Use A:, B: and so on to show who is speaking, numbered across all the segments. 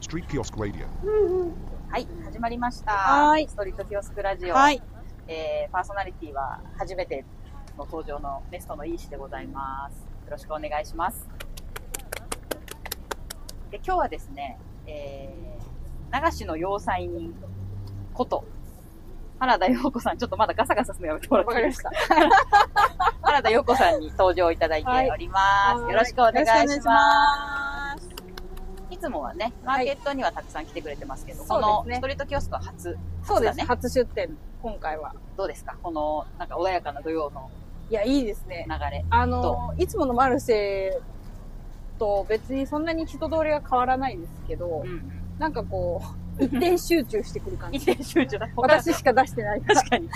A: Street Kiosk Radio.
B: はい、始まりました。
C: はーい
B: ストリートキオスクラジオ。
C: はい。
B: えーパーソナリティは初めての登場のゲストのイーシでございます。よろしくお願いします。で、今日はですね、えー、流しの要塞人こと、原田陽子さん、ちょっとまだガサガサするのやめてもらっていいですか 原田陽子さんに登場いただいております。
C: はい
B: よろしくお願いし
C: よろしくお願い
B: ます
C: し。ま
B: いつもはね、マーケットにはたくさん来てくれてますけど、
C: はい
B: こ
C: そ
B: の
C: うですね
B: ストリートキオスクは初、
C: そうです
B: 初だね
C: ね。初出店、今回は。
B: どうですかこの、なんか穏やかな土曜の
C: いや、いいですね
B: 流。れ。
C: あの、いつものマルセと別にそんなに人通りが変わらないですけど、
B: ん。
C: なんかこう、 一点集中してくる感じ。
B: 一点集中だ。
C: 私しか出してないから。
B: 確かにね。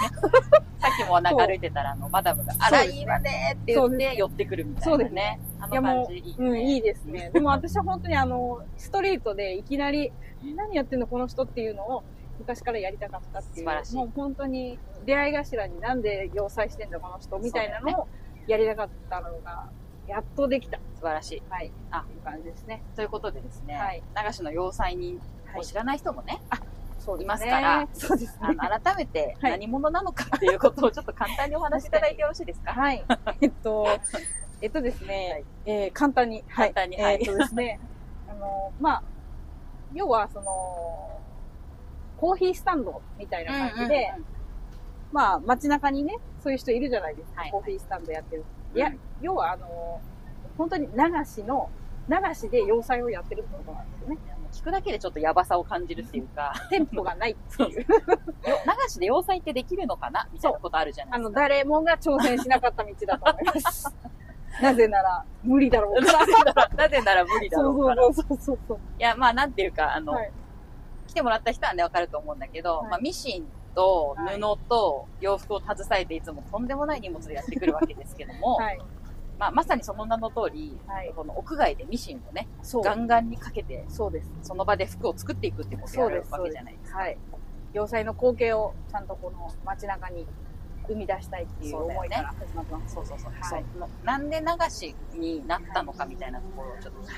B: さっきもなんか歩いてたら、あの、マダムが、あら、
C: そうです
B: い
C: ね
B: いわねーって言って寄ってくるみたいな。
C: そうです
B: ね。あ
C: いや
B: の感
C: も
B: じ、いいね。
C: うん、いいですね。でも私は本当にあの、ストリートでいきなり、え何やってんのこの人っていうのを昔からやりたかったっていう。
B: 素晴らしい
C: もう本当に出会い頭になんで要塞してんだこの人みたいなのをやりたかったのが、やっとできた。
B: 素晴らしい。
C: はい。
B: あ
C: いう感じですね。
B: ということでですね、
C: はい
B: 流しの要塞人を知らない人もね、
C: そう
B: いますから
C: そうです
B: あ
C: ね。
B: の改めて
C: はい
B: 何者なのかっていうことをちょっと簡単にお話しいただいてよろしいですか
C: はい。えっと、えっとですね、えー簡単に。はい
B: 簡単には
C: え
B: い
C: ーっとです ね、あの、まあ、要はその、コーヒースタンドみたいな感じで、まあ、街中にね、そういう人いるじゃないですか。
B: はい
C: コーヒースタンドやってる。
B: うん
C: いや、要はあの、本当に流しの、流しで要塞をやってるってことなんですよね。
B: 聞くだけでちょっとヤバさを感じるっていうか、
C: 店舗がないっていう。
B: よ流しで要塞ってできるのかなみたいなことあるじゃな
C: あ
B: いで
C: の、誰もが挑戦しなかった道だと思い ます。なぜなら、無理だろうから。
B: すか。 なぜなら無理だろうから。
C: そうそうそうそう
B: いや、まあなんていうか、あ
C: そ
B: の、
C: う。はい。
B: 来てもらった人はね、わかると思うんだけど、
C: はい
B: まあミシンと布と洋服を携えていつもとんでもない荷物でやってくるわけですけども、
C: はい。
B: まあまさにその名の通り、
C: はい
B: この屋外でミシンをね、
C: そう。
B: ガンガンにかけて、
C: そうです。
B: その場で服を作っていくってことをやるわけじゃないですか。
C: はい。要塞の光景をちゃんとこの街中に生み出したいっていう思いから始まってます。
B: そうそうそう。
C: はい
B: そのなんで流しになったのかみたいなところをちょっと聞いて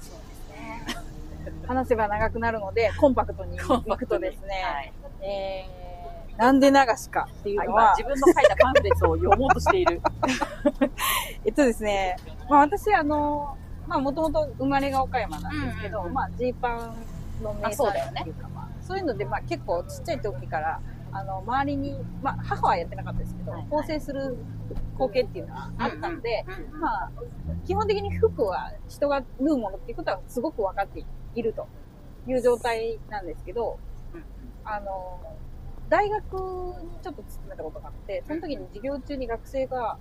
C: そうですね。話せば長くなるので、コンパクトに
B: コン
C: い
B: パ
C: く
B: ク
C: と
B: ト
C: で
B: ですす
C: ね、
B: ね。はい
C: えー、なんで流しかっていうの
B: 今
C: は、
B: 自分の書いたパンフレットを読もうとしている。
C: えっとですね、まあ私、あの、まあもともと生まれが岡山なんですけど、
B: うんうんうん
C: まあジーパンの名
B: あそ
C: 産
B: うだよね
C: っていうか、まあそういうので、まあ結構ちっちゃい時から、あの、周りに、まあ母はやってなかったですけど
B: はいはい、
C: 構成する光景っていうのはあったので、
B: うん
C: まあ、基本的に服は人が縫うものっていうことはすごく分かっているという状態なんですけど、あの、大学にちょっと勤めたことがあって、その時に授業中に学生が、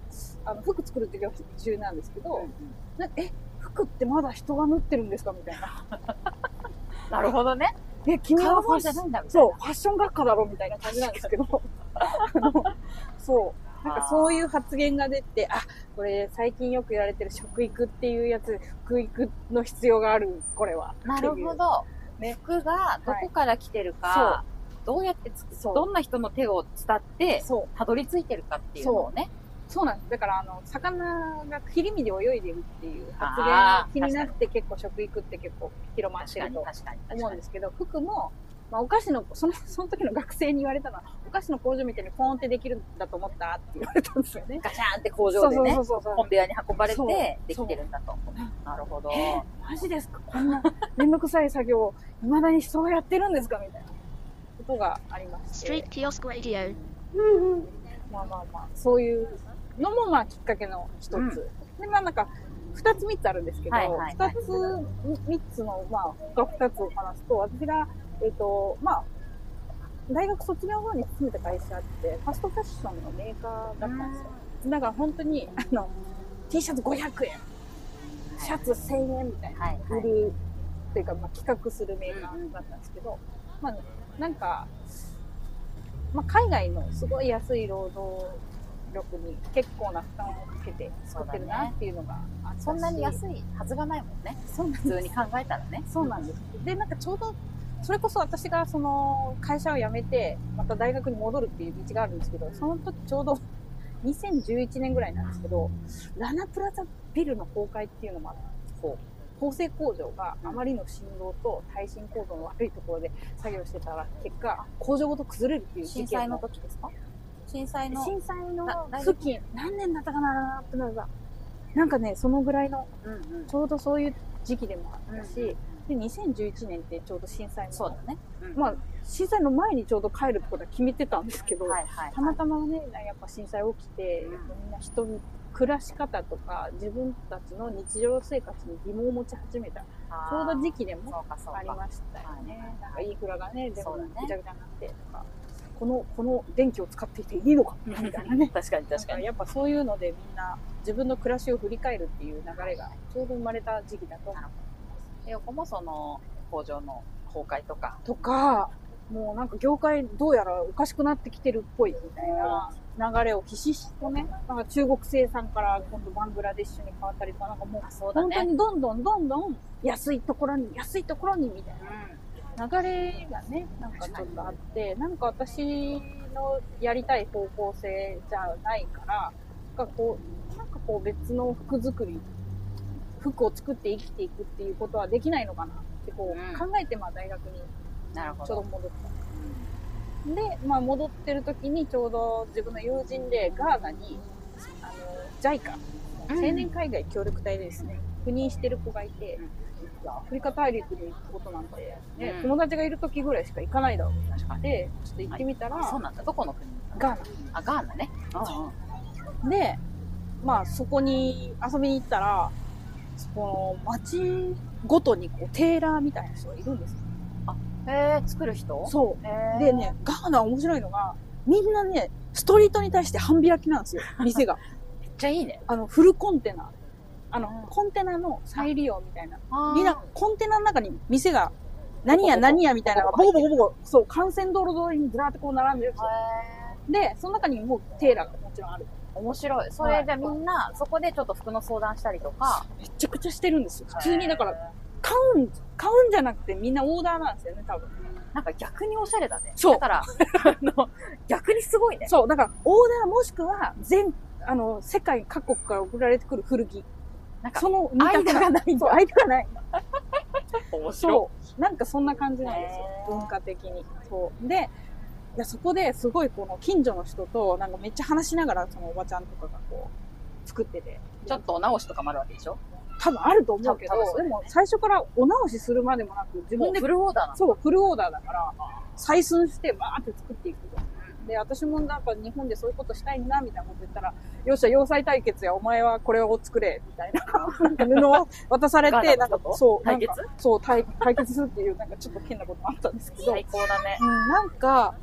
C: あの、服作る授業中なんですけど、なえ、服ってまだ人が縫ってるんですかみたいな。
B: なるほどね。
C: え、君
B: カ
C: は
B: ウ
C: フ
B: ボ
C: ァ
B: ー
C: ッシ
B: イじ
C: ョ
B: ゃ
C: ン
B: ないんだみたい
C: そ
B: な
C: う、。ファッション学科だろみたいな感じなんですけど。あのそう。なんかそういう発言が出て、あ、これ最近よくやられてる食育っていうやつ、服育の必要がある、これは。
B: なるほ
C: っていう。
B: ど。
C: ね
B: 服がどこから来てるか、
C: は
B: どうやってつく
C: そう
B: どんな人の手を伝って、
C: そう。
B: たどり着いてるかっていうのをね。
C: そうなんです。だから、あの、魚が切り身で泳いでるっていう発言が
B: あー
C: 気になって結構食育って結構広まってると
B: 確かに。
C: 思うんですけど、服も、まあ、お菓子の、その、その時の学生に言われたのは、お菓子の工場みたいにポーンってできるんだと思ったって言われたんですよね。
B: ガシャーンって工場でね
C: そ、うそうそうそ
B: コ
C: う
B: ン。ベヤに運ばれ
C: そう
B: てできてるんだと。なるほど。
C: えマジですかこんな面倒くさい作業を未だに人がやってるんですかみたいなことがありまして
D: Street Kiosk Radio.
C: まあまあまあ、そういうのもまあきっかけの一つ。
B: うん
C: で、まあなんか、二つ三つあるんですけど、二、
B: はいはいはい
C: つ三つの、まあ、他二つを話すと、私が、えっ、と、まあ、大学卒業後に勤めた会社って、ファストファッションのメーカーだったんですよ。だから本当に、あの、T シャツ500円、シャツ1000円みたいな。
B: はいは
C: 売
B: い。
C: るというか、まあ、企画するメーカーだったんですけど、まあ、なんか、まあ、海外のすごい安い労働力に結構な負担をかけて作ってるなっていうのがあったし
B: そんなに安いはずがないもんね。
C: そうなん
B: 普通に考えたらね。
C: そうなんです。で、なんかちょうど、それこそ私がその会社を辞めて、また大学に戻るっていう道があるんですけど、その時ちょうど2011年ぐらいなんですけど、ラナプラザビルの崩壊っていうのもあったんですよ。縫製工場があまりの振動と耐震構造の悪いところで作業してたら、結果、工場ごと崩れるっていう事
A: 震
C: 件
A: 災の
C: も。
A: 時ですか震災の。
C: 震災の
A: な
C: 付近、何年だったかなってなるが、なんかね、そのぐらいの、
B: うんうん。
C: ちょうどそういう時期でもあ
B: う
C: っ
B: ん
C: たし、で、2011年ってちょうど震災の、
A: そうだね。
B: うん
C: まあ、震災の前にちょうど帰るってことは決めてたんですけど、
B: はいはい。
C: たまたまね、やっぱ震災起きて、
B: うん
C: みんな人に暮らし方とか、自分たちの日常生活に疑問を持ち始めた。ち
B: あ
C: ょう
B: ー
C: ど時期でも
B: そうかそう
C: あり
B: か。
C: ましたよね
B: はい。
C: なんかインフラがね、で
B: そ
C: も
B: うだね。
C: ぐちゃぐちゃになってとか、この、この電気を使っていていいのかみたいなね
B: 確かに
C: なん
B: 確か
C: か
B: に。
C: やっぱそういうのでみんな自分の暮らしを振り返るっていう流れがちょうど生まれた時期だと思う
B: 横もその工場の崩壊とか。
C: とか、もうなんか業界どうやらおかしくなってきてるっぽいみたいな流れをひしひしとね、なんか中国生産から今度バングラデシュに変わったりとか、なんかもう
B: そうだ
C: 本当
B: ね。
C: にどんどんどんどん安いところに安いところにみたいな流れがね、なんかちょっとあって、なんか私のやりたい方向性じゃないから、なんかこう、なんかこう別の服作り、服を作って生きていくっていうことはできないのかなってこう考えてまあ大学に
B: うん。なるほ
C: ちょうど
B: ど。
C: 戻った。で、まあ、戻ってる時にちょうど自分の友人でガーナにあの JICA
B: うん
C: 青年海外協力隊でですね、赴任してる子がいて、アフリカ大陸に行くことなんて、ね
B: うん
C: 友達がいる時ぐらいしか行かないだろう
B: 確かに。
C: でちょっと行ってみたら、
B: あそうなんだ。どこの国
C: ガー
B: あ、ガーナね。うんうん
C: ナで、まあ、そこに遊びに行ったらそこの町ごとにこうテーラーみたいな人がいるんですよ
B: へえ、作る人
C: そ
B: へ
C: う
B: ー
C: でねガーナ面白いのがみんなねストリートに対して半開きなん ですよ店が
B: めっちゃいいね。
C: あの、フルコンテナ。あの、
B: うん
C: コンテナの再利用みたいな。み
B: み
C: ん
B: ん
C: な
B: な、、
C: コンテナの中に店が、何や
B: ボコボコ
C: 何やみたいなのが、
B: ボ
C: ボ
B: コ
C: コ
B: ボ
C: ボ
B: コ
C: コボコ、そう、幹線道路沿いにずらーってこう並んでるんですよで、その中にもうテーラーがもちろんある。
B: 面白い。そ
C: は
B: れ
C: い
B: じゃあみんな、そこでちょっと服の相談したりとか。
C: めちゃくちゃしてるんですよ。普通に、だから、。買うん、買うんじゃなくてみんなオーダーなんですよね、多分。
B: なんか逆におしゃれだね。
C: そう
B: だから、 あの、逆にすごいね。
C: そう、だから、オーダーもしくは、全、あの、世界各国から送られてくる古着。
B: なんか
C: その二
B: 間
C: 択
B: がないん
C: そう、
B: だ。
C: 間がない。
B: 面
C: そう。なんかそんな感じなんですよ。
B: へー
C: 文化的に。そう。で、いやそこですごいこの近所の人となんかめっちゃ話しながらそのおばちゃんとかがこう作ってて、
B: ちょっとお直しとかもあるわけでしょ
C: 多分あると思うけど
B: 多分多分そう、だ
C: で
B: よ
C: も
B: ね
C: 最初からお直しするまでもなく自
B: も
C: 分
B: う
C: で
B: フルオーダーなの。
C: そう、フルオーダーだから、採寸してバーって作っていくと。で、私もなんか日本でそういうことしたいな、みたいなこと言ったら、よっしゃ、要塞対決や、お前はこれを作れ、みたいな、なんか布を渡され
B: ガー
C: て、
B: ナ
C: な
B: の
C: ん
B: 人
C: か
B: と、
C: そう、
B: 対決
C: なんかそう対、対決するっていう、なんかちょっと変なこともあったんですけど、
B: 最高だね。
C: うん、なんか、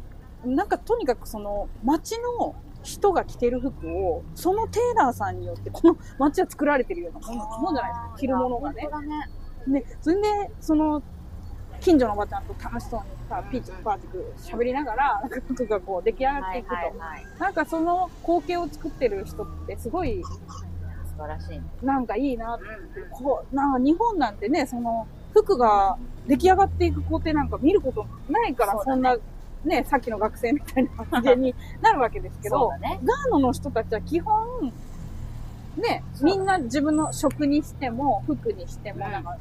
C: なんかとにかくその、街の人が着てる服を、そのテーラーさんによって、この街は作られてるようなものもんじゃないですか、着るものがね
B: 本。当だね。
C: ね、それで、その、近所のおばちゃんと楽しそうにさ、ピーチパーチク喋りながら、なんか服がこう出来上がっ
B: は
C: て
B: い
C: いくと。
B: はいはい。
C: なんかその光景を作ってる人ってすごい、
B: 素晴らしいね。
C: なんかいいなって。
B: うん
C: こう、なんか日本なんてね、その、服が出来上がっていく工程なんか見ることないから、
B: そうだね
C: そんな、ね、さっきの学生みたいな発言になるわけですけ
B: そう
C: ど
B: だ、ね。
C: ガーナの人たちは基本、ね、みんな自分の食にしても、服にしても、
B: うん
C: なんか、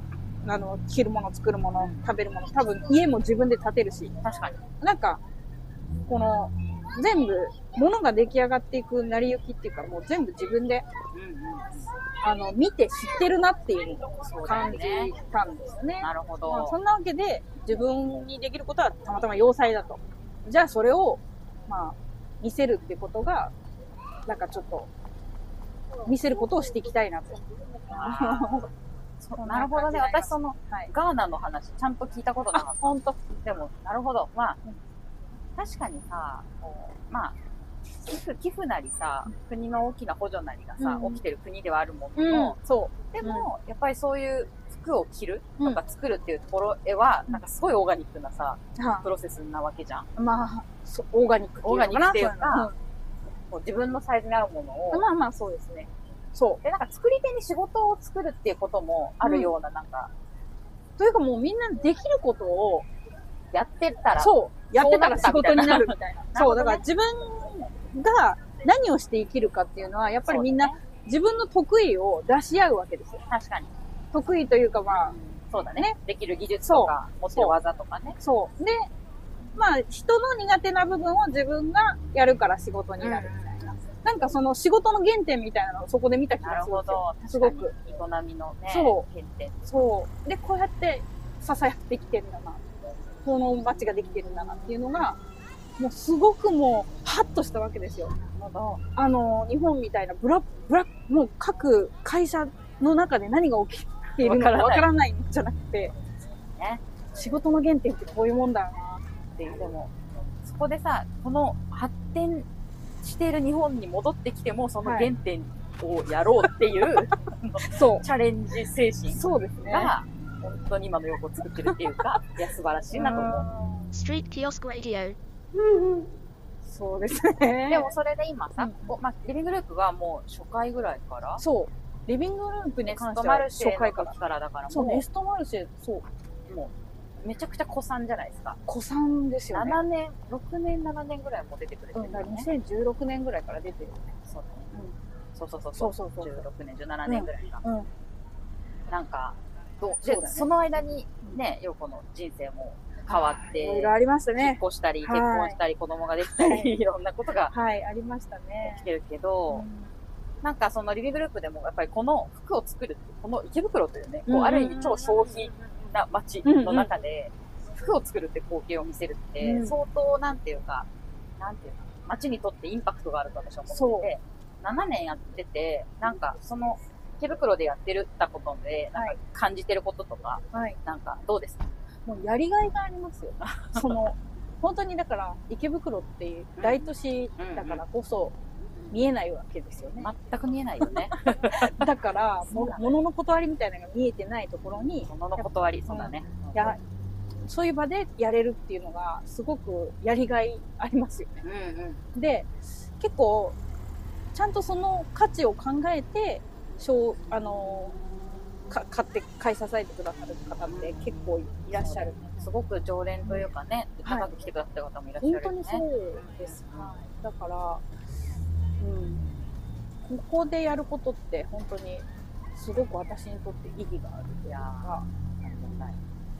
C: あの、着るもの、作るも
B: う
C: の
B: ん、
C: 食べるもの、多分家も自分で建てるし、
B: 確かに。
C: なんか、この、全部、物が出来上がっていく成り行きっていうか、もう全部自分で、
B: うんうん。
C: あの、見て知ってるなっていうのを
B: そうだよ
C: 感じ
B: ね。
C: たんですよね。
B: なるほ
C: まあ
B: ど。
C: そんなわけで、自分にできることはたまたま要塞だと。じゃあそれを、まあ、見せるってことが、なんかちょっと、見せることをしていきたいなと。
B: そうなるほどね。私、その、
C: はい。
B: ガーナの話、ちゃんと聞いたことなか
C: あ
B: っ、
C: ほんと。
B: た。でも、なるほど。まあ
C: うん、
B: 確かにさ、こうまあ、寄付、寄付なりさ、国の大きな補助なりがさ、
C: うん
B: 起きてる国ではあるも
C: う
B: の
C: ん
B: の、。
C: そ
B: でも、やっぱりそういう服を着る
C: う。う
B: と
C: ん。
B: か作るっていうところへは、
C: うん
B: なんかすごいオーガニックなさ、
C: は
B: プロセスなわけじゃん。
C: あまあ、そうオーガニックっていうのかな。
B: オーガニックっていうか
C: そ
B: こう自分のサイズに合うもの
C: ういうのうん
B: を。
C: まあまあ、そうですね。そ
B: で、なんか作り手に仕事を作るっていうこともあるような、なんか、
C: う。というかもうみんなできることを、
B: やってったら、
C: そう。やってたら仕
B: そうな
C: 事
B: んだ
C: になるみたいな。
B: なる
C: そ
B: ほ
C: う、
B: どね
C: だから自分が何をして生きるかっていうのは、やっぱりみんな
B: そうだね
C: 自分の得意を出し合うわけですよ。
B: 確かに。
C: 得意というかまあ、
B: そうだね。できる技術とか、持ってる技とかね。
C: そう。で、まあ、人の苦手な部分を自分がやるから仕事になるみたいな。なんかその仕事の原点みたいなのをそこで見た気
B: なる
C: がするん
B: ほ
C: ですよ。
B: ど。
C: すごく
B: 確かに。営みのね、
C: そ
B: 原点。
C: そう。で、こうやって支え合ってきてるんだな。このバチができてるんだなっていうのが、もうすごくもう、ハッとしたわけですよ。
B: なるほ
C: あの、日本みたいなブラッ、ブラック、もう各会社の中で何が起きているのか
B: わ
C: わ
B: からない
C: からないんじゃなくて、
B: ど。ね。
C: 仕事の原点ってこういうもんだよなって
B: で
C: いう。
B: も、そこでさ、この発展している日本に戻ってきても、その原点をやろうっていう、
C: そ
B: チャレンジ精
C: う。
B: 神
C: そうですね。
B: が、本当に今の横を作ってるっていうか、いや、素晴らしいなと思う。
C: 思
D: Street Kiosk Radio.
C: そうですね。
B: でも、それで今さ、
C: うん
B: ここまあ、リビングループはもう初回ぐらいから、
C: そう。リビングループ
B: ネ
C: に
B: ス
C: 関
B: ト
C: して
B: マ
C: は
B: ルシェ
C: 初
B: の
C: 回から。
B: 時からだから、
C: そう、
B: も
C: ネストマルシェ、そう、
B: う、もうめちゃくちゃ子さんじゃないですか。
C: 子さんですよね。
B: 7年、6年、7年ぐらいもう出てくれて
C: う
B: る
C: ん、だ
B: よ
C: から
B: ね。
C: 2016年ぐらいから出てるよね。
B: そうだね。そうそうそう。
C: そうそうそう
B: 16年、17年ぐらいが。
C: うんうん
B: なんか、どう
C: そう
B: で
C: だ
B: そ,、
C: ね
B: の間にね、陽子の人生も変わって、
C: いろいろありました
B: 引っ
C: ね。
B: 越したり、結
C: はい
B: 婚したり、子供ができた
C: は
B: り、いろんなことが
C: はい、ありましたね
B: 起き。てるけど、なんかそのリビグループでも、やっぱりこの服を作るって、この池袋というね、こうある意味超消費な街の中で、服を作るって光景を見せるって、
C: うん
B: 相当なんていうか、なんていうか、街にとってインパクトがあると私は思ってて、7年やってて、なんかその、池袋でやってるったことで、なんか感じてることとか、
C: はい。
B: なんかどうですか
C: もうやりがいがあります よ。その、本当にだから、池袋っていう大都市だからこそ見えないわけですよ ね。
B: 全く見えないよ ね。
C: だから、
B: そ
C: も
B: うだね
C: ものの断りみたいなのが見えてないところに、
B: ものの断り、そうだね。
C: や、そういう場でやれるっていうのが、すごくやりがいありますよね。
B: うんうん。
C: で、結構、ちゃんとその価値を考えて、しょうあのーか、買って、買い支えてくださる方って結構いらっしゃる。
B: すごく常連というかね、
C: はい
B: 高く来てくださった方もいらっしゃ
C: 本
B: る
C: 当
B: よね
C: に。そうです。はい。だから、うん。ここでやることって本当に、すごく私にとって意義があるというか、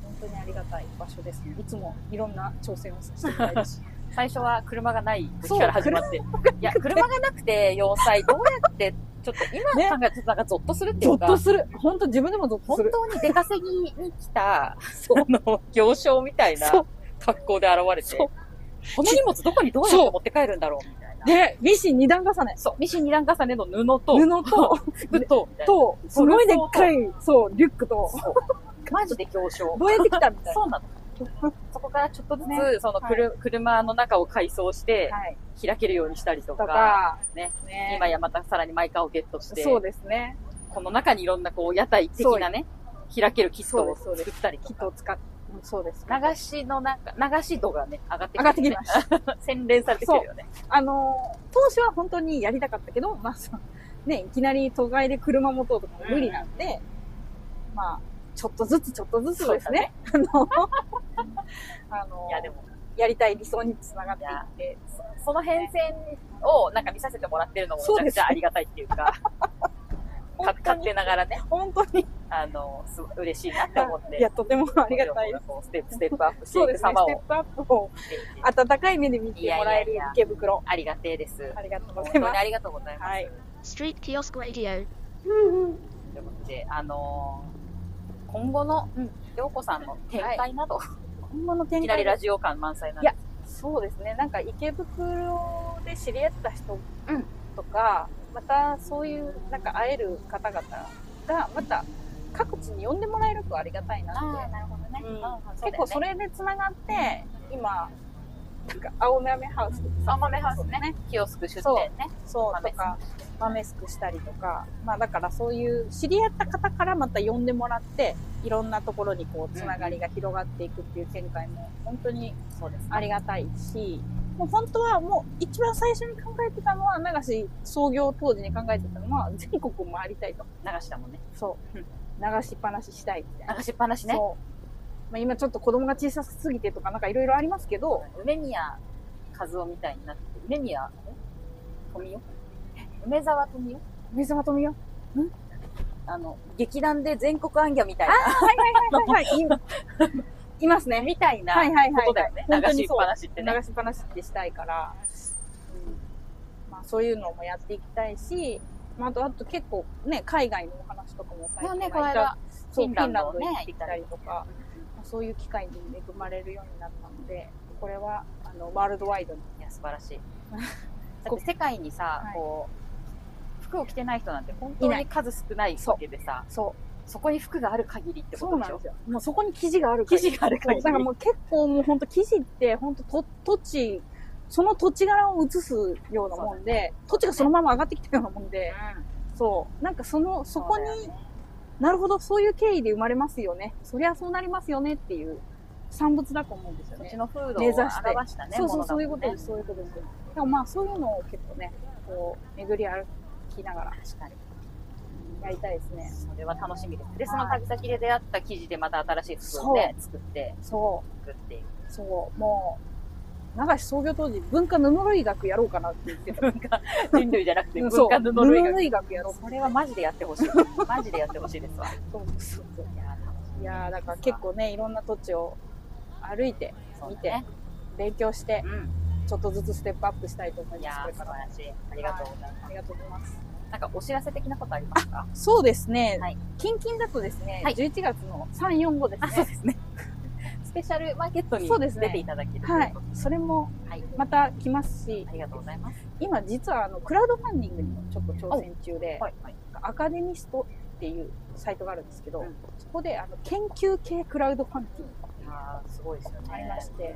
C: 本当にありがたい場所ですね。いつもいろんな挑戦をさせていただいて。
B: 最初は車がない時
C: そう
B: から始まって。いや、車がなくて要塞、どうやって、ちょっと今考えたらなんかゾッとするって い
C: ゾ
B: う
C: ッ
B: か、
C: とする。本当自分でもゾッとす
B: 本
C: る。
B: 当に出稼ぎに 来た、その、行商みたいな
C: そう
B: 格好で現れて、
C: そう
B: この荷物どこにどうやって持って帰るんだろうみたいな。
C: で、ミシン二段重ね。
B: そう、ミシン二段重ねの布と、
C: 布と、
B: 服と、みたいな。
C: と、すごいでっかい、そう、リュックと、
B: そうマジで行商。
C: どうやってきたみたい
B: そうなの。そこからちょっとずつ、
C: ね
B: その、くる車の中を改装して
C: な。、はい。
B: 開けるようにしたりと
C: と
B: か、
C: か、
B: ね
C: ね
B: 今やまたさらにマイカーをゲットして、
C: そうですね。
B: この中にいろんなこう屋台的なね、開けるキットを
C: そうですそう
B: 作
C: で
B: ったりと
C: きっ
B: か。
C: と使って、うんそうです。
B: 流しのなんか、流し度がね、上がって
C: 上がってき
B: る
C: ました。
B: ね。洗練されてきてるよね。
C: あの、当初は本当にやりたかったけど、まあ、そのね、いきなり都会で車持とうとかも無理なんで、まあ、ちょっとずつちょっとずつですね。あの、あの
B: いや、でも、
C: やりたい理想につながっていって、
B: その変遷をなんか見させてもらってるのもめちゃくちゃありがたいっていう か、か
C: 本当
B: 勝
C: に、
B: 手ながらね、
C: 本当に、
B: あの、すごい嬉しいなって思っ
C: い
B: て
C: や、。とてもありがたいで
B: こう
C: す。
B: こうステップ、ステップアップして
C: そ
B: いう
C: で
B: く
C: すね、
B: 様
C: ス
B: を
C: テップアップを温かい目で見てもらえる
B: いやいやいや
C: 池袋。
B: ありがてえです。
C: ありがとうご
B: 本
C: ざ
B: 当
C: い
B: に
C: ます。
B: ありがとうございます。
C: はい。
D: Street Kiosk Radio.
B: ということで、あのー今後の、
C: うん
B: 涼子さんの展開など、
C: 今後の
B: い、
C: 展
B: きなり
C: 開
B: ラジオ感満載なん
C: い
B: で
C: や、そうですね。なんか池袋で知り合った人
B: うん
C: とか、またそういうなんか会える方々が、また各地に呼んでもらえるとありがたいな
B: ああ、
C: っ
B: なるほどね。
C: て。うん
B: 結
C: 結構それで繋がって、今、なんか青豆ハウスとか
B: 青豆ハウスね、キオスク出店ね。
C: そう
B: 豆
C: とか、豆すくしたりとか、まあだからそういう知り合った方からまた呼んでもらって、いろんなところにこう、つながりが広がっていくっていう展開も、本当に
B: そうですね。
C: ありがたいし、もう本当はもう一番最初に考えてたのは、流し創業当時に考えてたのは、全国を回りたいと。
B: 流したもんね。
C: そう。
B: うん
C: 流しっぱなししたいみたいな。
B: 流しっぱなしね。
C: そう。まあ、今ちょっと子供が小さすぎてとかなんかいろいろありますけど、
B: 梅宮和夫みたいになって、梅宮え富代梅沢富代
C: 梅沢富美男ん
A: あの、劇団で全国暗夜みたいな。
C: はい はいはい。いますね。
B: みたいな
C: はいはいはいはい
B: ことだよね。
C: 本当
B: 流し
C: に
B: っ
C: そう
B: ぱなしってね。
C: 流しっぱなしってしたいから、うんまあ、そういうのもやっていきたいし、まあ、あとあと結構ね海外のお話とかも最近
A: ね
C: は
A: この間
C: そう
B: フ
C: フ
B: ィ
C: ィ
B: ン
C: ン
B: ラ
C: ラ
B: ン
C: ン
B: ド
C: ド
B: ね
C: に行ったりとか、まあそういう機会に恵まれるようになったのでこれはあのワールドワイドに
B: いや、素晴らしい。 だって世界にさ、
C: はい
B: こう、服を着てない人なんて本当
C: いな
B: に
C: い
B: 数少ないわけでさ、
C: そ
B: そこに服がある限りって
C: う
B: こ
C: そう
B: と
C: な
B: でし
C: んで
B: ょ
C: すよもうそこに記事があるか
B: 生
C: ら
B: 地がある
C: そ
B: 限
C: う
B: り。
C: だからもう結構もう本当記事って本当土地その土地柄を映すようなもんで、土地がそのまま上がってきたようなもんで、そう。なんかその、そこに、なるほど、そういう経緯で生まれますよね。そりゃそうなりますよねっていう産物だと思うんですよ
B: 土
C: ね
B: 地。の風土を
C: 根
B: 表
C: ざして
B: したね、
C: そうそう、
B: ものだ
C: そ
B: も
C: うんいうこと
B: ね
C: です、そういうことです。でもまあそういうのを結構ね、こう、巡り歩きながら、
B: 確かに。
C: やりたいですね。
B: それは楽しみです。で、その旅先で出会った生地でまた新しい服をね、作って、
C: そ
B: 作っていく。
C: う、そう、もう、長し創業当時、文化布類学やろうかなって言ってた。
B: 文化、人類じゃなくて
C: そ
B: 文
C: う
B: 化布類
C: 布
B: が。
C: 類学やろうか
B: これはマジでやってほしい。マジでやってほしいですわ。い
C: と思ってそうそう
B: やー、楽しみ
C: いやー、だから結構ね、いろんな土地を歩いて、
B: そう
C: 見
B: だ
C: て
B: ね、
C: 勉強して
B: う、ん。
C: ちょっとずつステップアップしたいと思い
B: い
C: ます。
B: や
C: こ
B: ー、
C: れ
B: 素
C: か
B: 晴
C: ら
B: らしい。ありがとうございます。
C: ありがとうございます。
B: なんかお知らせ的なことありますか
C: そうですね。
B: はい
C: 近々だとですね、
B: はい
C: 11月の3、4、5ですね。
B: すね。スペシャルマーケットに
C: そうですね
B: 出ていただけると
C: はいいう
B: こ。
C: それも
B: とはい。
C: また来ますし
B: あ、りがとうございます。
C: 今実はあの、クラウドファンディングにもちょっと挑戦中で、
B: い。はい。
C: アカデミストっていうサイトがあるんですけど、
B: うん
C: そこであの、研究系クラウドファンディング
B: あーすごいですよね。
C: がありまして、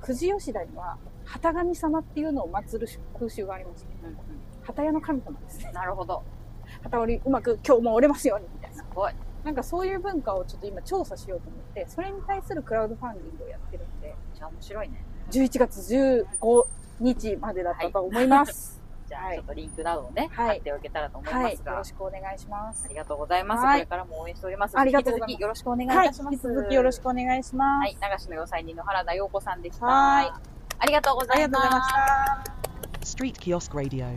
C: 久慈吉田には、旗神様っていうのを祀る風習がありまして、
B: うんう
C: 旗屋の神様ですね。
B: ん。なるほど。
C: 旗折りうまく今日も折れますようにみたいな。
B: すごい。
C: なんかそういう文化をちょっと今調査しようと思って、それに対するクラウドファンディングをやってるんで、
B: じゃあ面白いね。
C: 11月15日までだったと思います。
B: じゃ
C: は
B: あ
C: い
B: ちょっとリンクなどをね、
C: はい
B: 貼っておけたらと思い
C: は
B: ま
C: い、
B: す
C: よ
B: が
C: ろ。しくお願いします
B: あ。りがとうございます。こ
C: はい
B: れからも応援しております。
C: ありがとうございます
B: 引き続きよろしくお願いい
C: はい、
B: たし
C: 引
B: ます。
C: き続きよろしくお願いします。
B: はい、流しの要塞人の原田陽子さんでした。
C: はい
B: ありがとうございます。
C: ありがとうございました。
E: Street Kiosk Radio.